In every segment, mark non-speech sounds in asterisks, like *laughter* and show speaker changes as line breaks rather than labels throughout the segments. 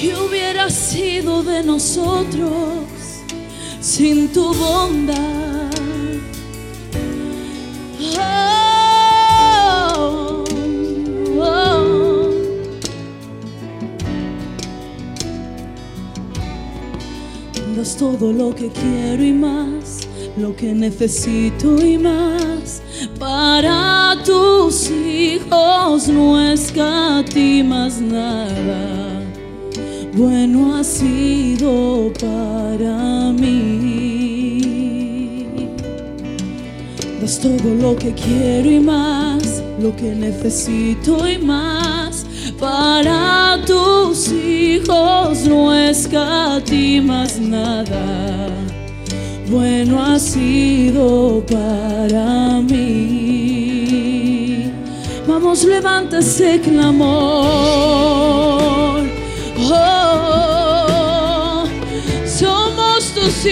¿Qué hubiera sido de nosotros sin tu bondad? Oh, oh. Das todo lo que quiero y más, lo que necesito y más. Para tus hijos no escatimas nada. Bueno ha sido para mí. Das todo lo que quiero y más, lo que necesito y más. Para tus hijos no escatimas nada. Bueno ha sido para mí. Vamos, levanta ese clamor. Oh, oh, oh. somos tus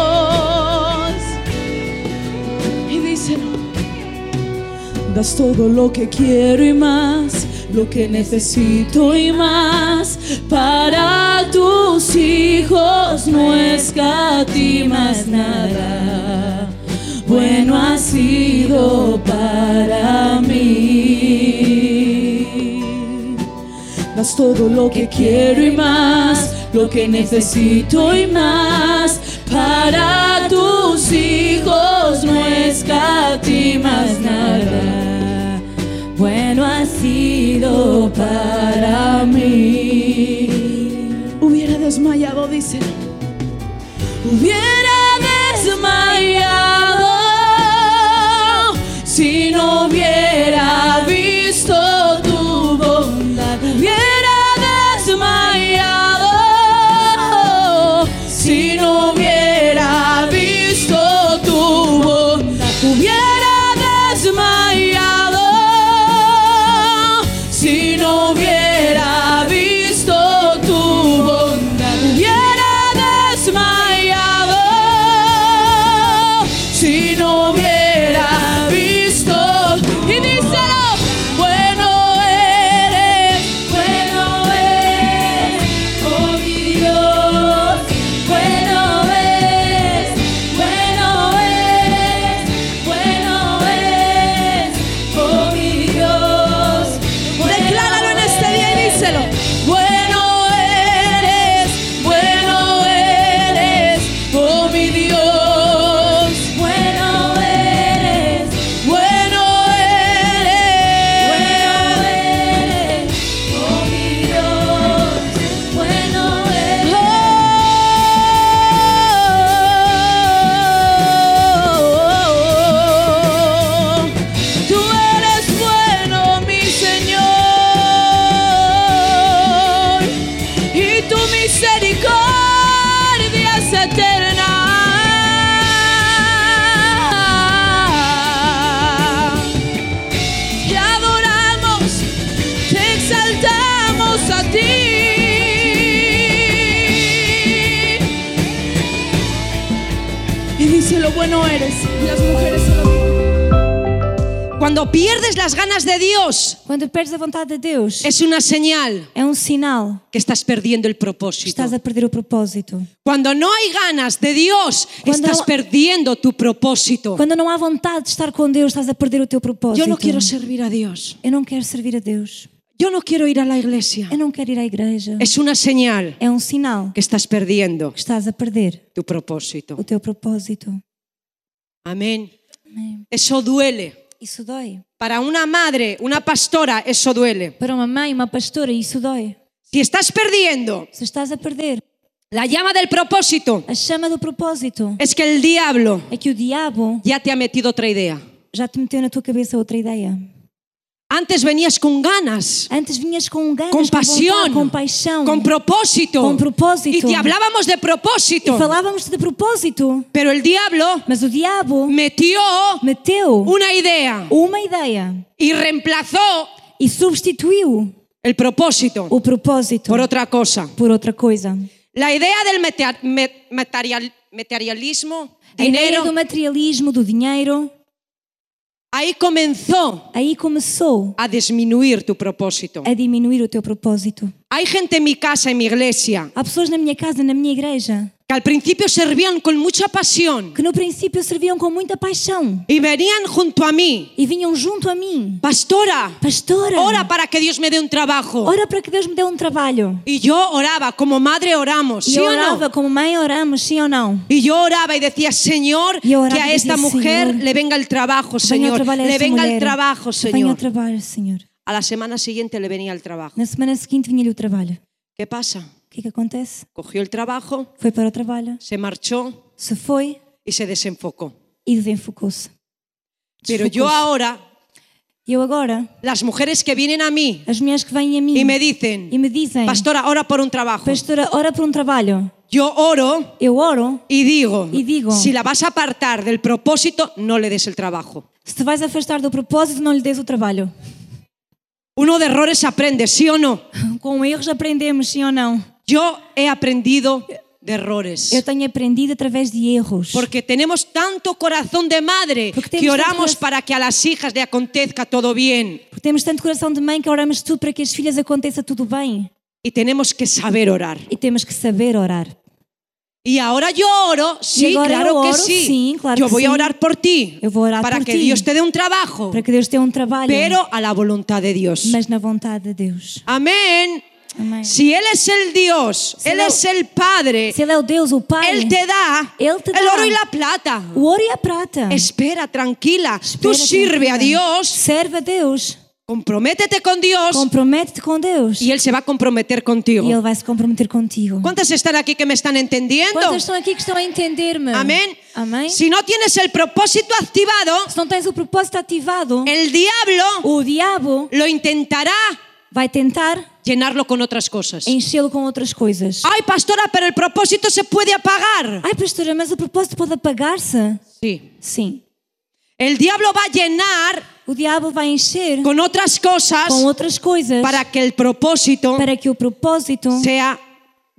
hijos. Y díselo. Das todo lo que quiero y más, lo que necesito y más. Para tus hijos no escatimas nada. Bueno ha sido para mí. Das todo lo que quiero y más, lo que necesito y más. Para tus hijos no escatimas nada. Bueno ha sido para mí. Hubiera desmayado, dice. Hubiera desmayado si no hubiera visto tu bondad. Hubiera desmayado si no hubiera visto tu bondad. Hubiera desmayado si no hubiera visto tu bondad. Hubiera desmayado si no hubiera visto. Y díselo, bueno eres, bueno eres, oh mi Dios, bueno eres, bueno eres, bueno eres, oh mi Dios. Decláralo en este día y díselo. Bueno eres, bueno eres, oh mi Dios. Bueno eres, bueno eres, oh mi Dios. Bueno eres. Tú eres bueno, mi Señor, y tu misericordia es eterna. Te adoramos, te exaltamos a ti. Y dice lo bueno eres, y las mujeres se lo dicen.
Cuando pierdes las ganas de Dios,
Quando perdes a vontade de Deus,
es una señal
é um sinal
que estás perdiendo el
que
propósito.
estás a perder o propósito.
Cuando no hay ganas de Dios,
Cuando-
estás perdiendo tu propósito.
Quando não há vontade de estar com Deus, estás a perder o teu propósito.
Yo no quiero servir a Dios.
Eu não quero servir a Deus.
Yo no quiero ir a la iglesia.
Eu não quero ir à igreja.
Es una señal
É um sinal
que estás perdiendo
que estás a perder
tu propósito.
o teu propósito.
Amén.
Amém.
Eso duele.
Isso dói.
Para una madre, una pastora, eso duele.
Para uma mãe, uma pastora, isso dói.
Si estás perdiendo
Se estás a perder
la llama del propósito,
a chama do propósito,
es que el diablo
é que o diabo
ya te ha metido otra idea.
já te meteu na tua cabeça outra ideia.
Antes venías con ganas,
Antes vinhas com ganas,
con
com vontade,
pasión,
com paixão,
con propósito.
Con propósito.
Y te hablábamos de
e
propósito.
falávamos de propósito.
Pero el diablo
Mas o diabo
metió
meteu
una idea
uma ideia
y reemplazó
e substituiu
el propósito
o propósito
por otra cosa.
por outra coisa.
La idea del metea- me- material- materialismo,
Em nome do
dinero.
materialismo, do dinheiro,
Ahí comenzó
aí começou
a disminuir tu propósito.
a diminuir o teu propósito.
Hay gente en mi casa, en mi iglesia,
Há pessoas na minha casa, na minha igreja,
que al principio servían con mucha pasión
que no princípio serviam com muita paixão
y venían junto a mí.
e vinham junto a mim.
Pastora,
Pastora,
ora para que Dios me dé un trabajo.
ora para que Deus me dê um trabalho.
Y yo oraba, como madre oramos, ¿sí
E eu
o no?
orava, como mãe oramos, sim ou não?
Y yo oraba y decía, Señor,
Y yo oraba
que a
y
esta
decía,
mujer
"Señor,
le venga el trabajo,
Venha ao
Señor,
trabalho a
le
esta
venga el
mulher.
trabajo,
Venha ao
Señor.
trabalho, Senhor.
A la semana siguiente le venía el trabajo.
Na semana seguinte vinha-lhe o trabalho.
¿Qué pasa?
O que é que acontece?
Cogió el trabajo,
Foi para o trabalho,
se marchó
se foi
y se desenfocó.
e desenfocou-se.
Pero yo
Desfocou-se.
ahora,
E eu agora,
las mujeres que vienen a mí
as mulheres que vêm a mí
y me
e
dicen,
me dizem,
Pastora, ora por un trabajo.
pastora, ora por um trabalho.
Yo oro
Eu oro,
y digo,
Y digo,
si la vas a apartar del propósito, no le des el trabajo.
se te vais afastar do propósito, não lhe des o trabalho. *laughs*
Uno de errores aprende, ¿sí o no?
Com erros aprendemos, sim ou não?
Yo he aprendido de errores.
Eu tenho aprendido através de erros.
Porque tenemos tanto corazón de madre
Porque
que
tenemos tanto
oramos
corazón-
para que a las hijas le acontezca todo bien.
Porque temos tanto coração de mãe que oramos tudo para que as filhas aconteça tudo bem.
Y tenemos que saber orar.
E temos que saber orar.
Y ahora yo oro, sí,
ahora
claro
yo
que
oro,
sí.
sí, claro
yo
que
voy a
sí.
orar por ti.
Yo voy a orar
para
por
que
ti.
Dios te dé un trabajo.
Para que Deus tenha um trabalho,
Pero a la voluntad de Dios.
mas na vontade de Deus.
Amén.
Amém.
Si Él es el Dios,
Si
Él
lo-
es el Padre,
Se Ele é o Deus, o Pai,
Él te da
Él te
el
da.
oro y la plata.
o ouro e a prata.
Espera, tranquila. Tú
Espera,
sirve
tranquila.
a Dios,
Serve a Deus.
comprométete con Dios
Compromete-te com Deus.
y Él se va a comprometer contigo.
E Ele vai se comprometer contigo.
¿Cuántas están aquí é que então? me están entendiendo?
Quantas estão aqui que estão a entender-me?
Amén.
Amém.
Si no tienes el propósito activado,
Se não tens o propósito ativado,
el diablo
o diabo
lo intentará
vai tentar
llenarlo con otras cosas.
enchê-lo com outras coisas.
Ay, pastora, pero el propósito se puede apagar.
Ai, pastora, mas o propósito pode apagar-se?
Sí.
Sim.
El diablo va a llenar
O diabo vai encher
con otras cosas
com outras coisas
para que el propósito
para que o propósito
sea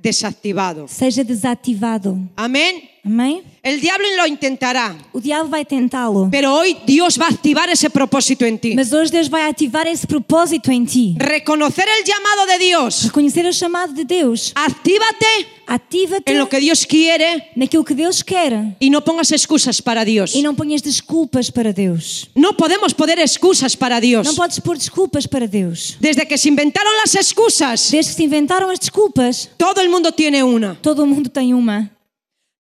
desactivado.
seja desativado.
Amén.
Amém?
El diablo lo intentará,
O diabo vai tentá-lo.
pero hoy Dios va a activar ese propósito en ti.
Mas hoje Deus vai ativar esse propósito em ti.
Reconocer el llamado de Dios.
Reconhecer o chamado de Deus.
Actívate
Ativa-te
en lo que Dios quiere
naquilo que Deus quer.
y no pongas excusas para Dios.
E não ponhas desculpas para Deus.
No podemos poner excusas para
Não
Dios.
podes pôr desculpas para Deus.
Desde que se inventaron las excusas,
Desde que se inventaram as desculpas,
todo el mundo tiene una.
todo o mundo tem uma.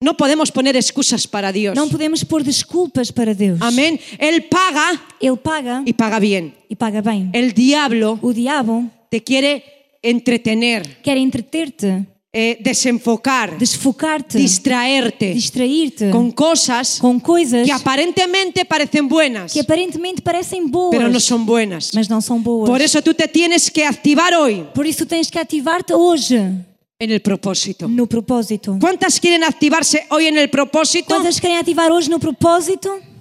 No podemos poner excusas para Dios.
Não podemos pôr desculpas para Deus.
Amén. Él paga
Ele paga
y paga bien.
e paga bem.
El diablo
O diabo
te quiere entretener,
quer entreter-te,
eh, desenfocar,
desfocar-te,
distraerte
distrair-te
con cosas
com coisas
que aparentemente parecen buenas,
que aparentemente parecem boas,
pero no son buenas.
mas não são boas.
Por eso tú te tienes que activar hoy
Por isso tens que ativar-te hoje
en el propósito.
no propósito.
¿Cuántas quieren activarse hoy en el propósito?
Quantas querem ativar hoje no propósito?
Então.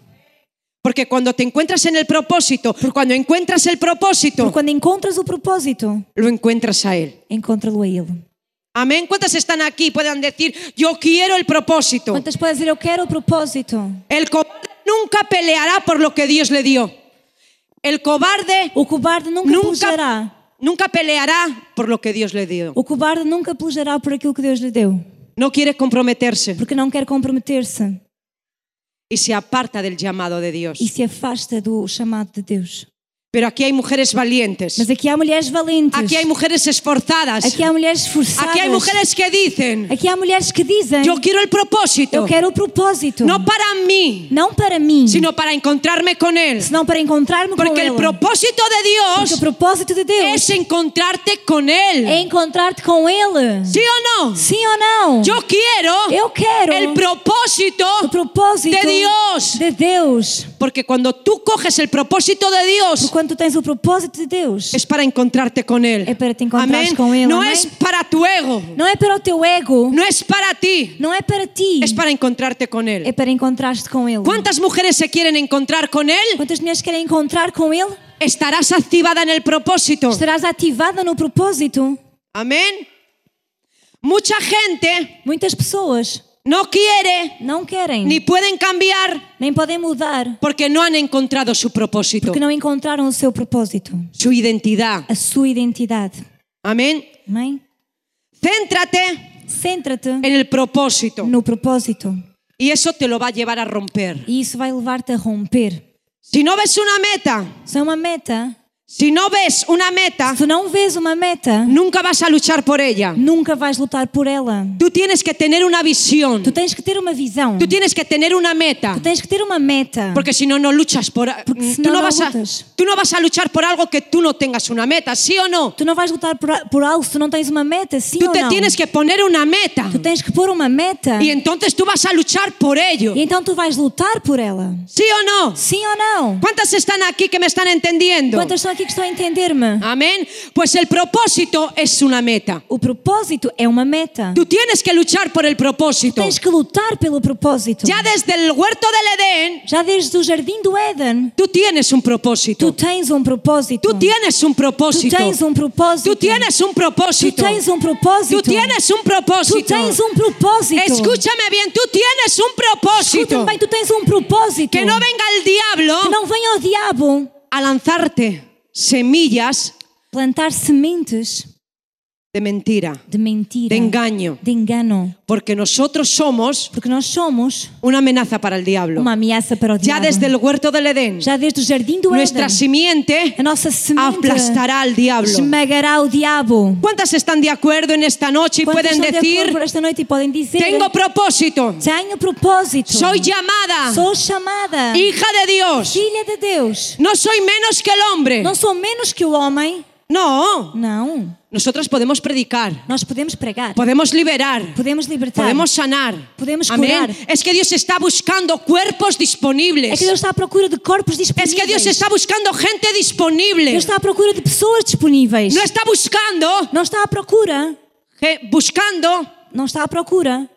Porque cuando te encuentras en el propósito, cuando encuentras el
Porque
propósito,
quando encontras o propósito,
lo encuentras a Él.
encontra-lo a Ele.
Amén. ¿Cuántas están aquí y puedan decir, yo quiero el propósito?
Quantas podem dizer, eu quero o propósito?
El cobarde nunca peleará por lo que Dios le dio. El cobarde
O cobarde nunca, pelejará.
nunca, nunca peleará por lo que Dios le dio.
O cobarde nunca pelejará por aquilo que Deus lhe deu,
No quiere comprometerse
porque não quer comprometer-se
y se aparta del llamado de Dios.
e se afasta do chamado de Deus.
Pero aquí hay mujeres valientes.
Mas aqui há mulheres valentes.
Aquí hay mujeres esforzadas.
Aqui há mulheres esforçadas.
Aquí hay mujeres que dicen,
Aqui há mulheres que dizem:
yo quiero el propósito.
"Eu quero o propósito,
No para mí,
não para mim,
sino para encontrarme con Él.
senão para encontrar-me com
Porque
Ele.
el propósito de
Porque o
Dios
propósito de Deus
es encontrarte con
é
Él.
encontrar-te com Ele.
¿Sí o no?
Sim ou não?
Yo quiero
Eu quero
el propósito.
o propósito
de Deus.
de Deus.
Porque cuando tú coges el propósito de Dios,
Quando tu tens o propósito de Deus,
es para encontrarte con Él.
É para Eh, te encontrares
Amén.
con Él,
No
amén.
es para tu ego.
não é para o teu ego,
No es para ti.
não é para ti,
Es para encontrarte con
é
Él.
para encontrar-te com Ele.
¿Cuántas mujeres se quieren encontrar con Él?
Quantas mulheres querem encontrar com Ele?
Estarás activada en el propósito.
Estarás ativada no propósito.
Amén. Mucha gente
Muitas pessoas
no quiere
Não querem,
ni pueden cambiar
nem podem mudar,
porque no han encontrado su propósito,
porque não encontraram o seu propósito,
su identidad.
a sua identidade.
Amén.
Amém?
Céntrate
Centra-te
en el propósito
no propósito
y eso te lo va a llevar a romper.
e isso vai levar-te a romper.
Si no ves una meta,
Se é uma meta,
si no ves una meta,
se não vês uma meta,
nunca vas a luchar por ella.
nunca vais lutar por ela.
Tú tienes que tener una visión,
Tu tens que ter uma visão,
tú
tu
tienes que tener una meta,
tens que ter uma meta.
porque si no, no luchas por...
Porque
Tú
si no,
no,
no
vas a,
luchas.
tú no vas a luchar por algo que tú no tengas una meta, ¿sí o no?
Tu não vais lutar por, a- por algo se tu não tens uma meta, sim
Tú
ou
te
não?
tienes que poner una meta
Tu tens que pôr uma meta
y entonces tú vas a luchar por ello,
e então tu vais lutar por ela.
¿sí o no?
Sim ou não?
¿Cuántas están aquí que me están entendiendo?
Quantas são aqui que estão a entender-me?
Amén. Pues el propósito es una meta.
O propósito é uma meta.
Tú tienes que luchar por el propósito.
Tens que lutar pelo propósito.
Ya desde el huerto del Edén,
Já desde o jardim do Éden,
tú tienes un
tu
propósito.
tens um propósito.
Tú tienes un
Tu
propósito.
tens um propósito.
Tú tienes un
Tu
propósito.
tens um propósito.
Tú tienes un
Tu
propósito.
tens um propósito.
Escúchame bien, tú tienes un propósito.
Escuta-me bem, tu tens um propósito.
Que no venga el diablo
Que não venha o diabo
a lanzarte semillas
plantar sementes
de mentira,
de mentira,
de engaño,
de engano.
porque nosotros somos
Porque nós somos
una amenaza para el diablo.
uma ameaça para o
Ya
diabo.
desde el huerto del Edén,
Já desde o jardim do Éden,
nuestra simiente
a nossa semente
aplastará al diablo.
esmagará o diabo.
¿Cuántas están de acuerdo en esta noche y
Quantos
pueden
estão de acordo
decir,
por esta noite e podem dizer,
tengo propósito,
tenho propósito,
soy llamada,
sou chamada,
hija de Dios,
filha de Deus.
no soy menos que el hombre?
Não sou menos que o homem.
No,
Não.
nosotros podemos predicar,
Nós podemos pregar,
podemos liberar,
podemos libertar,
podemos sanar.
Podemos
Amén.
curar.
Es que Dios está buscando cuerpos
É
disponibles.
que Deus está à procura de corpos
Es
disponíveis.
que Dios está buscando gente disponible.
Deus está à procura de pessoas disponíveis.
No está buscando,
Não está à procura,
ge- buscando
não está à procura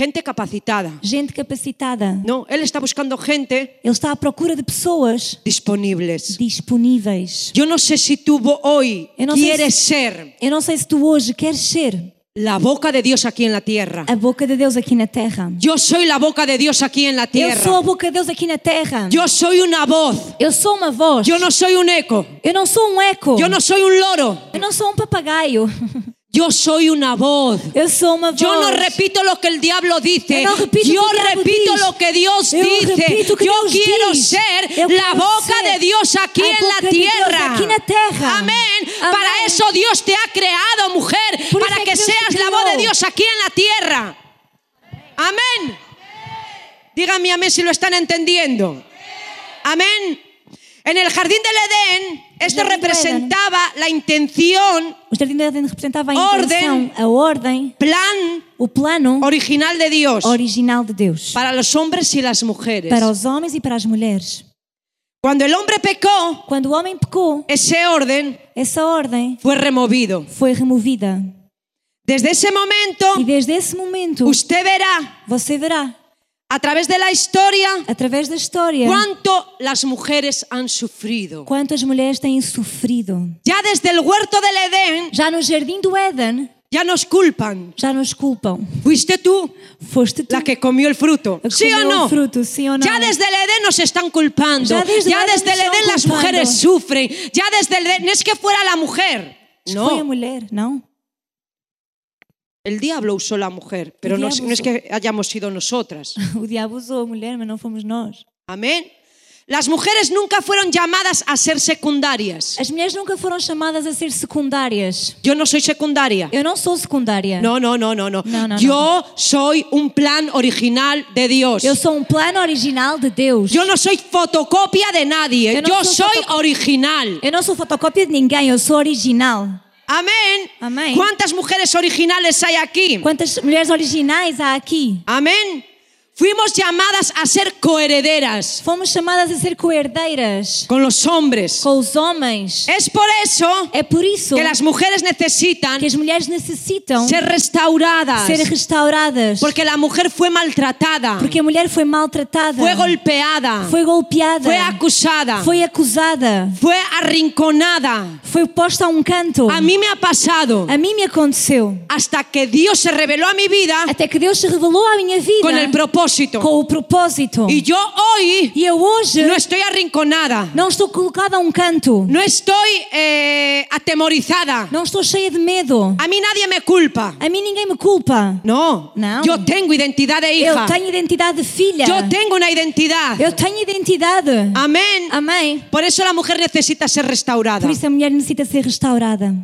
gente capacitada.
gente capacitada.
No, Él está buscando gente
Ele está à procura de pessoas
disponibles.
disponíveis.
Yo no sé si tú vo- hoy
Yo no sé
quieres ser
Eu não sei se tu hoje queres ser
la boca de Dios aquí en la tierra.
a boca de Deus aqui na terra.
Yo soy la boca de Dios aquí en la
Eu sou a
tierra.
boca de Deus aqui na terra.
Yo soy una voz.
Eu sou uma voz.
Yo no soy un eco.
Eu não sou um eco.
Yo no soy un loro.
Eu não sou um papagaio. *laughs*
Yo soy una voz.
Eu sou uma voz.
Yo no repito lo que el diablo dice.
Yo no repito
Yo
lo que el diablo
repito
dice.
lo que Dios
Yo
dice.
repito que
Yo
Dios
quiero
dice.
ser
Yo
la
quiero
boca
ser
de Dios aquí en
la boca
la
de Dios
tierra.
aquí en la tierra.
Amén.
Amén.
Para eso Dios te ha creado, mujer,
Por
para
eso
que
Dios te
seas la
creó.
voz de Dios aquí en la tierra. Amén. Dígame amén si lo están entendiendo. Amén. En el jardín del Edén, esto
Jardín del Edén.
representava la intención,
O jardim do Éden representava a
Ordem.
intenção, a ordem,
plan
o plano
original de Dios.
original de Deus
para los hombres y las mujeres.
para os homens e para as mulheres.
Cuando el hombre pecó,
Quando o homem pecou,
ese orden
essa ordem
fue removido.
foi removida.
Desde ese
E
momento,
desde esse momento,
usted verá
você verá,
a través de la historia
através da história,
cuánto las mujeres han sufrido.
quanto as mulheres têm sofrido.
Ya desde el huerto del Edén,
Já no jardim do Éden,
ya nos culpan.
já nos culpam.
Fuiste tú
Foste tu
la que comiu el fruto.
a que
¿Sí o
comeu o
no?
fruto, sim ou não?
Ya desde el Edén nos están culpando. Ya
Ya
desde,
desde el
el Edén
Edén nos están
las
culpando.
mujeres sufren. Ya desde el Edén, es que fuera la mujer.
Acho que
No.
Foi a mulher, não? *laughs*
El diablo usó la mujer, pero no, es-
diablo
no es
usó.
que hayamos sido nosotras.
O diabo usou a mulher, mas não fomos nós.
Amén. Las mujeres nunca fueron llamadas a ser secundarias.
As mulheres nunca foram chamadas a ser secundárias.
Yo no soy secundaria.
Eu não sou secundária.
No, no, no, no, no.
No, no,
Yo soy un plan original de Dios.
Eu sou um plano original de Deus.
Yo no soy fotocopia de nadie.
Yo no
Yo
soy
soy
fotoco-
original.
Eu não sou fotocópia de ninguém, eu sou original.
Amén.
Amén.
¿Cuántas mujeres originales hay aquí?
Quantas mulheres originais há aqui?
Amén. Fuimos llamadas a ser coherederas
Fomos chamadas a ser coherdeiras
con los hombres.
com os homens.
Es por eso
É por isso
que las mujeres necesitan
que as mulheres necessitam
ser restauradas.
ser restauradas.
Porque la mujer fue maltratada,
Porque a mulher foi maltratada,
fue golpeada,
foi golpeada,
fue acusada,
foi acusada,
fue arrinconada.
foi posta a um canto.
A mí me ha pasado
A mim me aconteceu.
hasta que Dios se reveló a mi vida
Até que Deus se revelou à minha vida
con el propósito.
com o propósito.
Y yo hoy
E eu hoje
no estoy arrinconada,
não estou colocada a um canto.
no estoy eh, atemorizada.
Não estou cheia de medo.
A mí nadie me culpa.
A mim ninguém me culpa.
No,
No.
yo tengo identidad de hija.
Eu tenho identidade de filha.
Yo tengo una identidad.
Eu tenho identidade.
Amén.
Ah. Amém.
Por eso la mujer necesita ser restaurada.
Por isso a mulher necessita ser restaurada.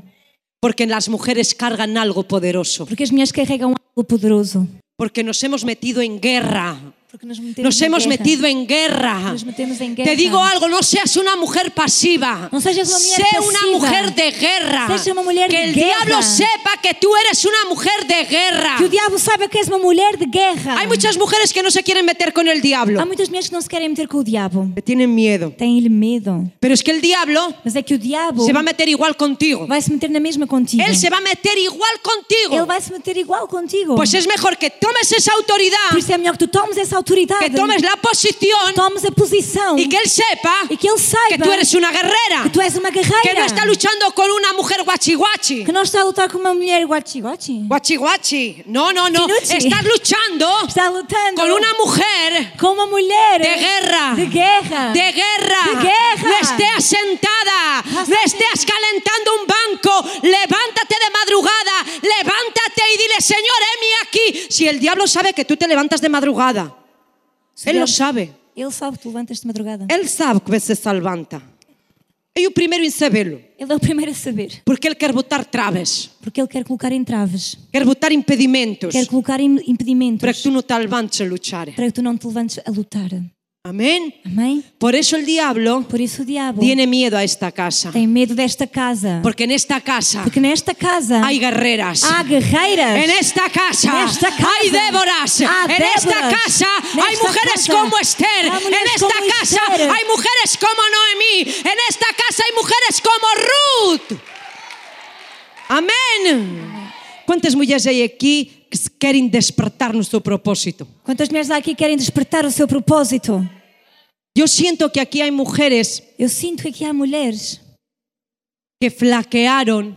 Porque las mujeres cargan algo poderoso.
Porque as mulheres carregam algo poderoso.
Porque nos hemos metido en guerra.
Porque nos metemos,
Nos
em
hemos
guerra.
metido en guerra.
Nos metemos em guerra.
Te digo algo, no seas una mujer pasiva.
No seas una mujer
sé una
pasiva.
mujer de guerra.
Seas una mujer
que
de
el
guerra.
diablo sepa que tú eres una mujer de guerra.
Que o diabo saiba que és uma mulher de guerra.
Hay muchas mujeres que no se quieren meter con el diablo.
Há muitas mulheres que não se querem meter com o diabo.
Que tienen miedo.
Têm-lhe medo.
Pero es que el diablo
Mas é que o diabo
se va a meter igual contigo.
vai se meter na mesma contigo.
Él se va a meter igual
Ele
contigo.
vai se meter igual contigo.
Pues es mejor que tomes esa
Por
autoridad,
isso é melhor que tu tomes essa autoridade.
que tomes la posición
Tomes a posição.
y que él sepa
E que ele
que
saiba
tú eres una guerrera,
que tu és uma guerreira.
que no está luchando con una mujer guachiguachi.
Que não está a lutar com uma mulher guachi-guachi.
Guachiguachi. No, no, no.
Chinuchi.
Estás luchando
Está lutando
con una mujer
com uma mulher
de guerra.
de guerra.
De guerra.
Ah. De guerra.
No estés sentada. No estés calentando un banco. Levántate de madrugada. Levántate y dile, Señor, heme aquí. Si el diablo sabe que tú te levantas de madrugada,
Se
él
ele-
lo sabe.
Ele sabe que tu levantas de madrugada.
Él sabe que você se levanta. Eu primeiro em sabê-lo,
Ele é o primeiro a saber.
porque ele quer botar traves,
Porque ele quer colocar entraves.
quer botar impedimentos
Quer colocar im- impedimentos
para que tu não te levantes a lutar.
para que tu não te levantes a lutar.
Amém?
Amém?
Por eso el diablo
Por isso o diabo
tiene miedo a esta casa.
tem medo desta casa.
Porque en esta casa
Porque nesta casa
hay guerreras.
há guerreiras.
En esta casa,
Nesta Ah, casa
hay Déboras.
há
en esta
Déboras.
casa hay
Nesta
mujeres
casa
como Esther.
há
En
mulheres
esta
como
casa
Esther.
hay mujeres como Noemí. En esta casa hay mujeres como Ruth. Amén. ¿Cuántas mujeres hay aquí que quieren despertar nuestro propósito?
Quantas mulheres há aqui que querem despertar o seu propósito?
Yo siento que aquí hay mujeres
Eu sinto que aqui há mulheres
que flaquearon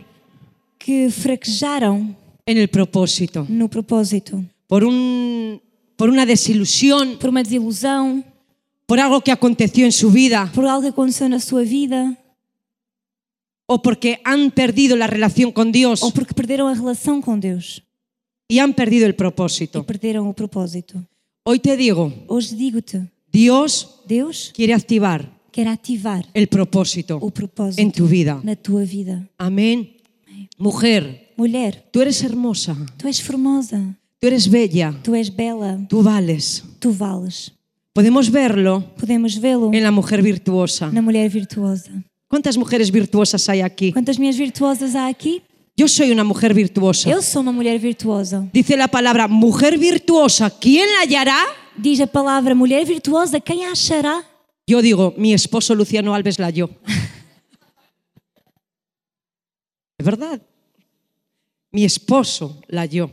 que fraquejaram
en el propósito
no propósito
por, un, por una desilusión,
por uma desilusão,
por algo que aconteció en su vida.
por algo que aconteceu na sua vida
o porque han perdido la relación con Dios
ou porque perderam a relação com Deus
y han perdido el
e
propósito.
perderam o propósito.
Hoy te digo,
Hoje digo-te,
Dios
Deus
quiere activar
quer ativar
el propósito
o propósito
en tu vida.
na tua vida.
Amén. Mujer,
Mulher,
tú eres hermosa,
tu és formosa,
tú eres bella,
tu és bela,
tú vales.
tu vales.
Podemos verlo
Podemos vê-lo
en la mujer virtuosa.
na mulher virtuosa.
¿Cuántas mujeres virtuosas hay aquí?
Quantas mulheres virtuosas há aqui?
Yo soy una mujer virtuosa.
Eu sou uma mulher virtuosa.
Dice la palabra, mujer virtuosa, ¿quién la hallará?
Diz a palavra mulher virtuosa, quem a achará?
Yo digo, mi esposo Luciano Alves la yo. *laughs* Es verdad. Mi esposo la yo.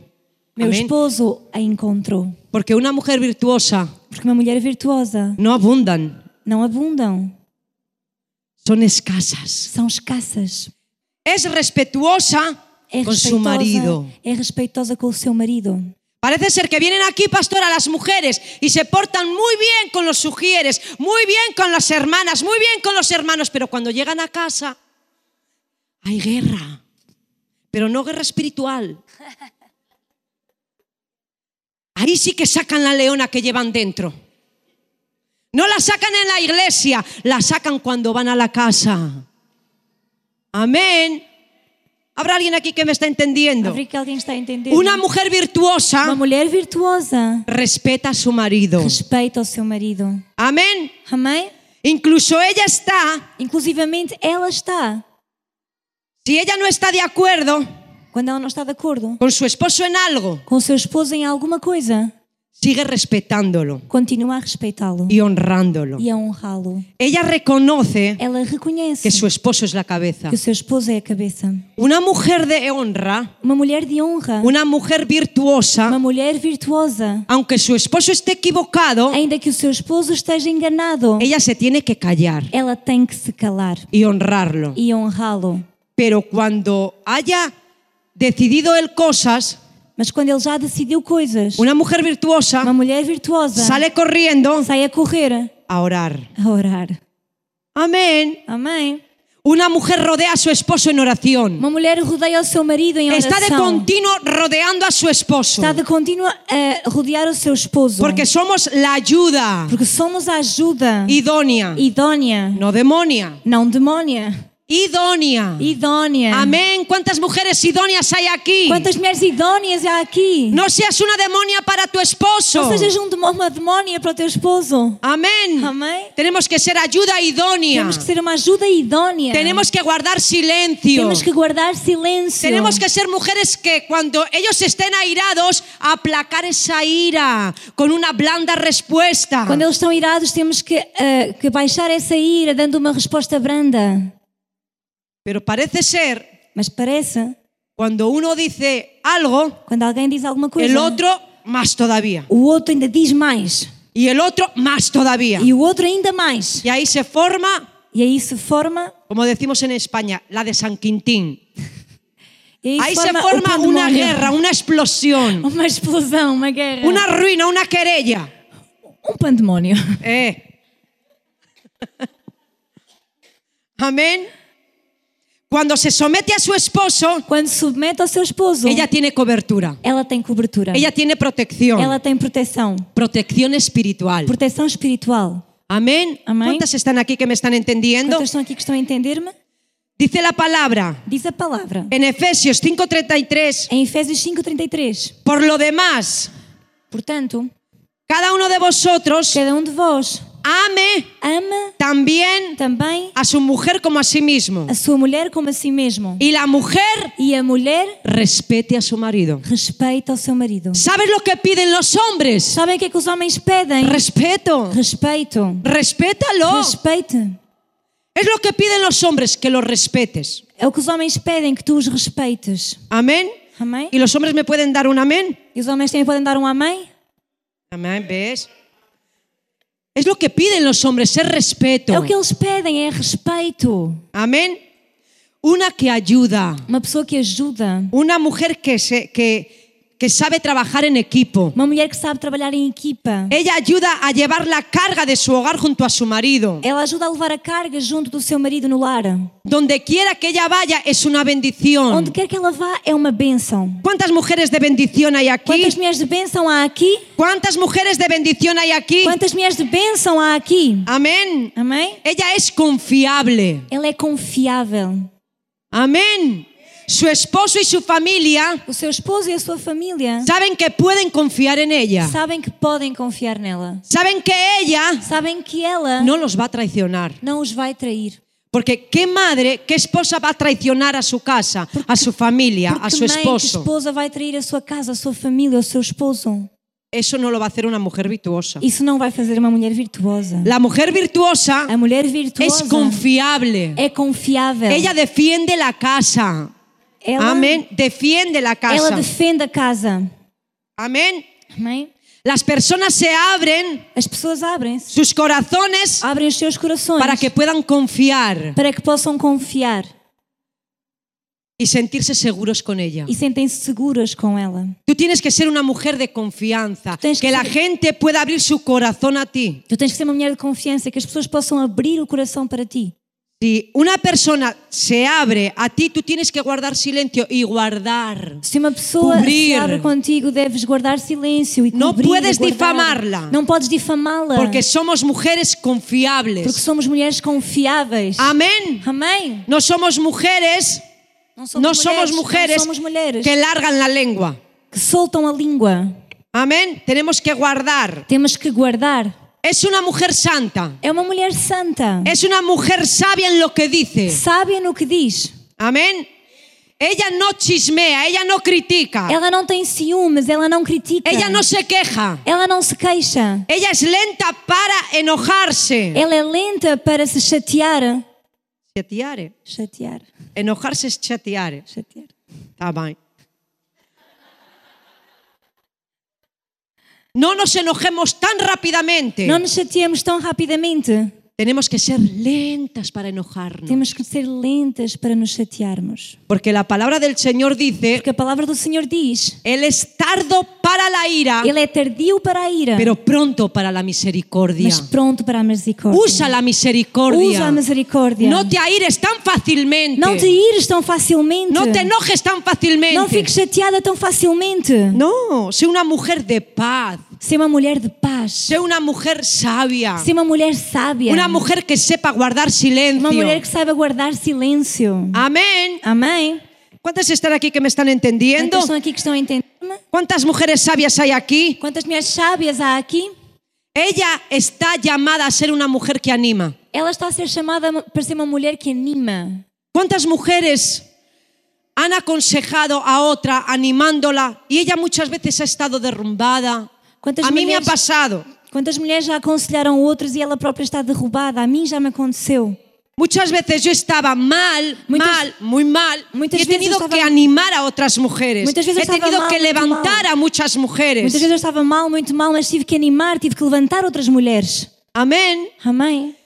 Meu esposo a encontrou.
Porque una mujer virtuosa
Porque uma mulher virtuosa
no abundan,
não abundam,
son escasas.
são escassas.
Es respetuosa
É
con
respeitosa,
su marido.
é respeitosa com o seu marido.
Parece ser que vienen aquí, pastora, las mujeres y se portan muy bien con los sugieres, muy bien con las hermanas, muy bien con los hermanos, pero cuando llegan a casa hay guerra, pero no guerra espiritual. Ahí sí que sacan la leona que llevan dentro. No la sacan en la iglesia, la sacan cuando van a la casa. Amén. ¿Habrá alguien aquí que me está entendiendo?
Abre que alguém está a entender.
Então. Una mujer virtuosa
Uma mulher virtuosa
respeta a su marido.
respeita o seu marido.
Amén.
Amém?
Incluso ella está,
Inclusivamente ela está.
si ella no está de acuerdo
Quando ela não está de acordo
con su esposo en algo,
com o seu esposo em alguma coisa,
Sigue respetándolo
Continua a respeitá-lo
y honrándolo.
e a honrá-lo.
Ella reconoce
Ela reconhece
que su esposo es la cabeza.
que o seu esposo é a cabeça.
Una mujer de honra,
Uma mulher de honra,
una mujer virtuosa,
uma mulher virtuosa,
aunque su esposo esté equivocado,
ainda que o seu esposo esteja enganado,
ella se tiene que callar
ela tem que se calar
y honrarlo.
e honrá-lo.
Pero cuando haya decidido él cosas,
Mas quando ele já decidiu coisas,
una mujer
uma
virtuosa
mulher virtuosa
sale corriendo
sai a correr
a orar.
a orar.
Amén.
Amém.
Una mujer rodea a su esposo en oración.
Uma mulher rodeia o seu marido em oração.
Está de continuo rodeando a su esposo.
Está de contínuo a rodear o seu esposo.
Porque é somos la ayuda
Porque somos a ajuda
idónea,
idónea,
no demonia.
não demónia.
Idónea.
Idónea.
Amén. ¿Cuántas mujeres idóneas hay aquí?
Quantas mulheres idóneas há aqui?
No seas una demonia para tu esposo.
Não sejas um demo- uma demónia para o teu esposo.
Amén.
Amém?
Tenemos que ser ayuda idónea.
Temos que ser uma ajuda idónea.
Tenemos que guardar silencio.
Temos que guardar silêncio.
Tenemos que ser mujeres que cuando ellos estén airados, aplacar esa ira con una blanda respuesta.
Quando eles estão irados, temos que, ah, que baixar essa ira, dando uma resposta branda.
Pero parece ser,
Mas parece,
cuando uno dice algo,
quando alguém diz alguma coisa,
el otro más todavía.
o outro ainda diz mais.
Y el otro más todavía.
E o outro ainda mais.
Y ahí se forma,
E aí se forma,
como decimos en España, la de San Quintín.
e aí
Ahí
se
se
forma, o
forma una
pandemónio.
guerra, una explosión,
Uma explosão, uma guerra.
una ruina, una querella.
Um pandemónio. *laughs*
Eh. Amén. Cuando se somete a su esposo,
Quando se submete ao seu esposo,
ella tiene cobertura,
ela tem cobertura.
ella tiene protección,
Ela tem proteção.
protección espiritual.
Proteção espiritual.
Amén.
Amén.
¿Cuántas están aquí que me están entendiendo?
Quantas estão aqui que estão a entender-me?
Dice la palabra
Diz a palavra.
en Efesios 5:33,
Em Efésios 5.33.
por lo demás,
Portanto,
cada uno de vosotros
cada um de vós
ame
ama
también
também
a su mujer como a sí mismo
a sua mulher como a si mesmo.
y la mujer
E a mulher
respete a su marido.
respeita o seu marido.
¿Sabes lo que piden los hombres?
Sabem o que é que os homens pedem?
Respeto.
Respeito. Oh!
Respétalo.
Respeite.
Es lo que piden los hombres, que los respetes.
É o que os homens pedem, que tu os respeites.
Amén.
Amém?
¿Y los hombres me pueden dar un amén?
E os homens também podem dar um amém?
Amén, ¿ves? Es lo que piden los hombres, es respeto.
É o que eles pedem, é respeito.
Amén. Una que ayuda.
Uma pessoa que ajuda.
Una mujer que, se- que, que sabe trabajar en equipo.
Uma mulher que sabe trabalhar em equipa.
Ella ayuda a llevar la carga de su hogar junto a su marido.
Ela ajuda a levar a carga junto do seu marido no lar.
Donde quiera que ella vaya es una
Onde
bendición.
quer que ela vá é uma bênção.
¿Cuántas mujeres de bendición hay aquí?
Quantas mulheres de bênção há aqui?
¿Cuántas mujeres de bendición hay aquí?
Quantas mulheres de bênção há aqui?
Amén.
Amém?
Ella es confiable.
Ela é confiável.
Amén. Su esposo y su familia
O seu esposo e a sua família
saben que pueden confiar en ella.
sabem que podem confiar nela.
Saben que ella
Sabem que ela
no los va a traicionar.
não os vai trair.
Porque qué madre, qué esposa va a traicionar a su casa, a su familia, a
Porque
su
mãe, que
esposo.
esposa vai trair a sua casa, a sua família, o seu esposo.
Eso no lo va a hacer una mujer virtuosa.
Isso não vai fazer uma mulher virtuosa.
La mujer virtuosa
A mulher
es
virtuosa
confiable.
é confiável.
Ella defiende la casa.
ela,
Amén. Defiende la
ela
casa.
defende a casa.
Amén.
Amém?
Las personas se abren
As pessoas abrem-se,
sus corazones
abrem os seus corações
para que puedan confiar
para que possam confiar
y sentirse seguros con ella.
e sentem-se seguras com ela.
Tú tienes que ser una mujer de confianza,
Tú tienes que
que la
ser-
gente pueda abrir su corazón a ti.
Tu tens que ser uma mulher de confiança, que as pessoas possam abrir o coração para ti.
Si una persona se abre a ti, tú tienes que guardar silencio y guardar.
Se uma pessoa se
Cobrir.
abre contigo, deves guardar silêncio e
Não
cobrir, e
puedes
guardar.
difamá-la.
Não podes difamá-la.
Porque somos mujeres
Porque
confiables.
somos mulheres confiáveis.
Amén.
Amém?
No somos mujeres,
Não somos,
no somos mujeres
não somos mulheres
que largan la lengua.
que soltam a língua.
Amén. Tenemos que guardar.
Temos que guardar.
Es una mujer santa.
É uma mulher santa.
Es una mujer sabia en lo que dice.
Sábia no que diz.
Amén. Ella no chismea, ella no critica,
Ela não tem ciúmes, Ah. ela não critica.
ella no se queja.
Ela não se queixa.
Ella es lenta para enojarse.
Ela é lenta para se chatear.
Chatear.
Chatear,
Enojarse es chatear.
chatear.
Está bien. No nos enojemos tan rápidamente.
Não nos chateamos tão rapidamente.
Tenemos que ser lentas para enojarnos.
Temos que ser lentas para nos chatearmos.
Porque la palabra del Señor dice,
Porque a palavra do Senhor diz:
Él es tardo para la ira,
Ele é tardio para a ira,
pero pronto para la misericordia.
mas pronto para a misericórdia.
Usa la
Usa a
misericordia.
misericórdia.
No te aires tan fácilmente.
Não te ires tão facilmente.
No te enojes tan
Não
fácilmente.
fiques chateada tão facilmente.
No, sé una mujer de paz.
Ser uma mulher de paz.
Sé una mujer sabia.
Ser uma mulher sábia.
Una mujer que sepa guardar
Uma
silencio.
mulher que saiba guardar silêncio.
Amén.
Amém?
¿Cuántas están aquí que me están entendiendo?
Quantas estão aqui que estão a entender-me?
¿Cuántas mujeres sabias hay aquí?
Quantas mulheres sábias há aqui?
Ella está llamada a ser una mujer que anima.
Ela está a ser chamada para ser uma mulher que anima.
¿Cuántas mujeres han aconsejado a otra animándola y ella muchas veces ha estado derrumbada?
¿Cuántas
A mí me ha
mujeres?
pasado.
Quantas mulheres já aconselharam outras e ela própria está derrubada? A mim já me aconteceu.
Muchas veces yo estaba mal,
Muitas-
mal, muy mal.
muitas
y he
veces
tenido
estaba-
que animar a otras mujeres.
Muitas veces
He
estaba
tenido
mal,
que
muy mal.
levantar a muchas
Muitas vezes
mujeres.
eu estava mal, muito mal, mas tive que animar, tive que levantar outras mulheres.
Amén.
Amém?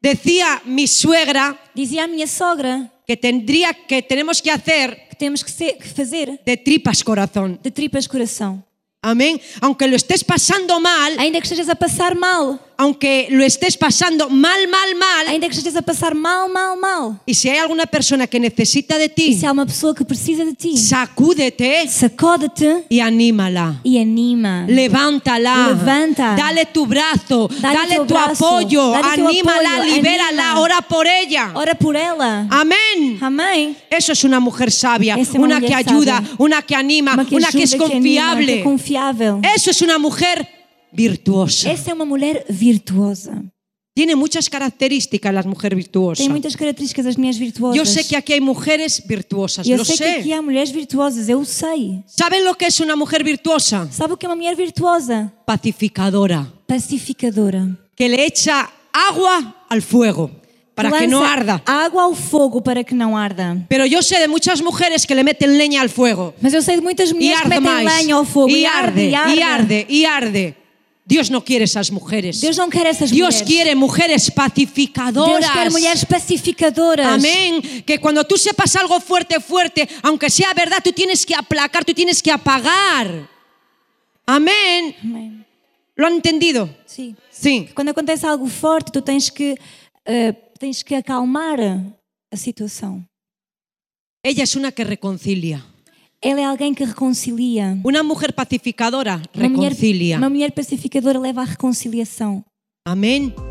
Decía mi suegra
Dizia a minha sogra
que tendría que tenemos que hacer
que temos que, ser- que fazer
de tripas corazón.
de tripas coração.
Amén. Aunque lo estés pasando mal,
Ainda que estejas a passar mal,
aunque lo estés pasando mal, mal, mal,
ainda que estejas a passar mal, mal, mal.
y si hay alguna persona que necesita de
E
ti,
se há uma pessoa que precisa de ti,
sacúdete
sacode-te
y anímala.
e anima.
Levántala.
Levanta.
Dale tu brazo.
Dale
Dale,
tu
tu
brazo,
apoyo.
dale tu
anímala,
apoyo,
libérala.
anima.
Ora por ella.
Ora por ela.
Amén.
Amém?
Eso es una mujer sabia.
Esa es una
Una
mujer
que ayuda.
sabia.
Una que anima.
Uma que
Una que es
ajuda, que anima, que é
confiable.
confiável.
Eso es una mujer virtuosa.
Essa é uma mulher virtuosa.
Tiene muchas características la mujer virtuosa.
Tem muitas características das mulheres virtuosas.
Yo sé que aquí hay mujeres virtuosas.
E eu
lo
sei que
sé.
aqui há mulheres virtuosas, eu o sei.
¿Saben lo que es una mujer virtuosa?
Sabe o que é uma mulher virtuosa?
Pacificadora.
Pacificadora.
Que le echa agua al fuego para
Lança
que no arda.
Água ao fogo para que não arda.
Pero yo sé de muchas mujeres que le meten leña al fuego
Mas eu sei de muitas
y
mulheres que
arde más.
metem lenha ao fogo
y, arde,
e arde.
y arde, y arde. Dios no quiere esas mujeres.
Deus não quer essas
Dios
mulheres.
quiere mujeres pacificadoras.
Deus quer mulheres pacificadoras.
Amén. Que cuando tú sepas algo fuerte, fuerte, aunque sea verdad, tú tienes que aplacar, tú tienes que apagar. Amén.
Amém.
¿Lo han entendido?
Sim.
Sí.
Quando acontece algo forte, tu tens que, eh, tens que acalmar a situação.
Ella es una que reconcilia.
Ela é alguém que reconcilia.
Una mujer pacificadora
Uma mulher,
reconcilia.
uma mulher pacificadora leva à reconciliação.
Amén.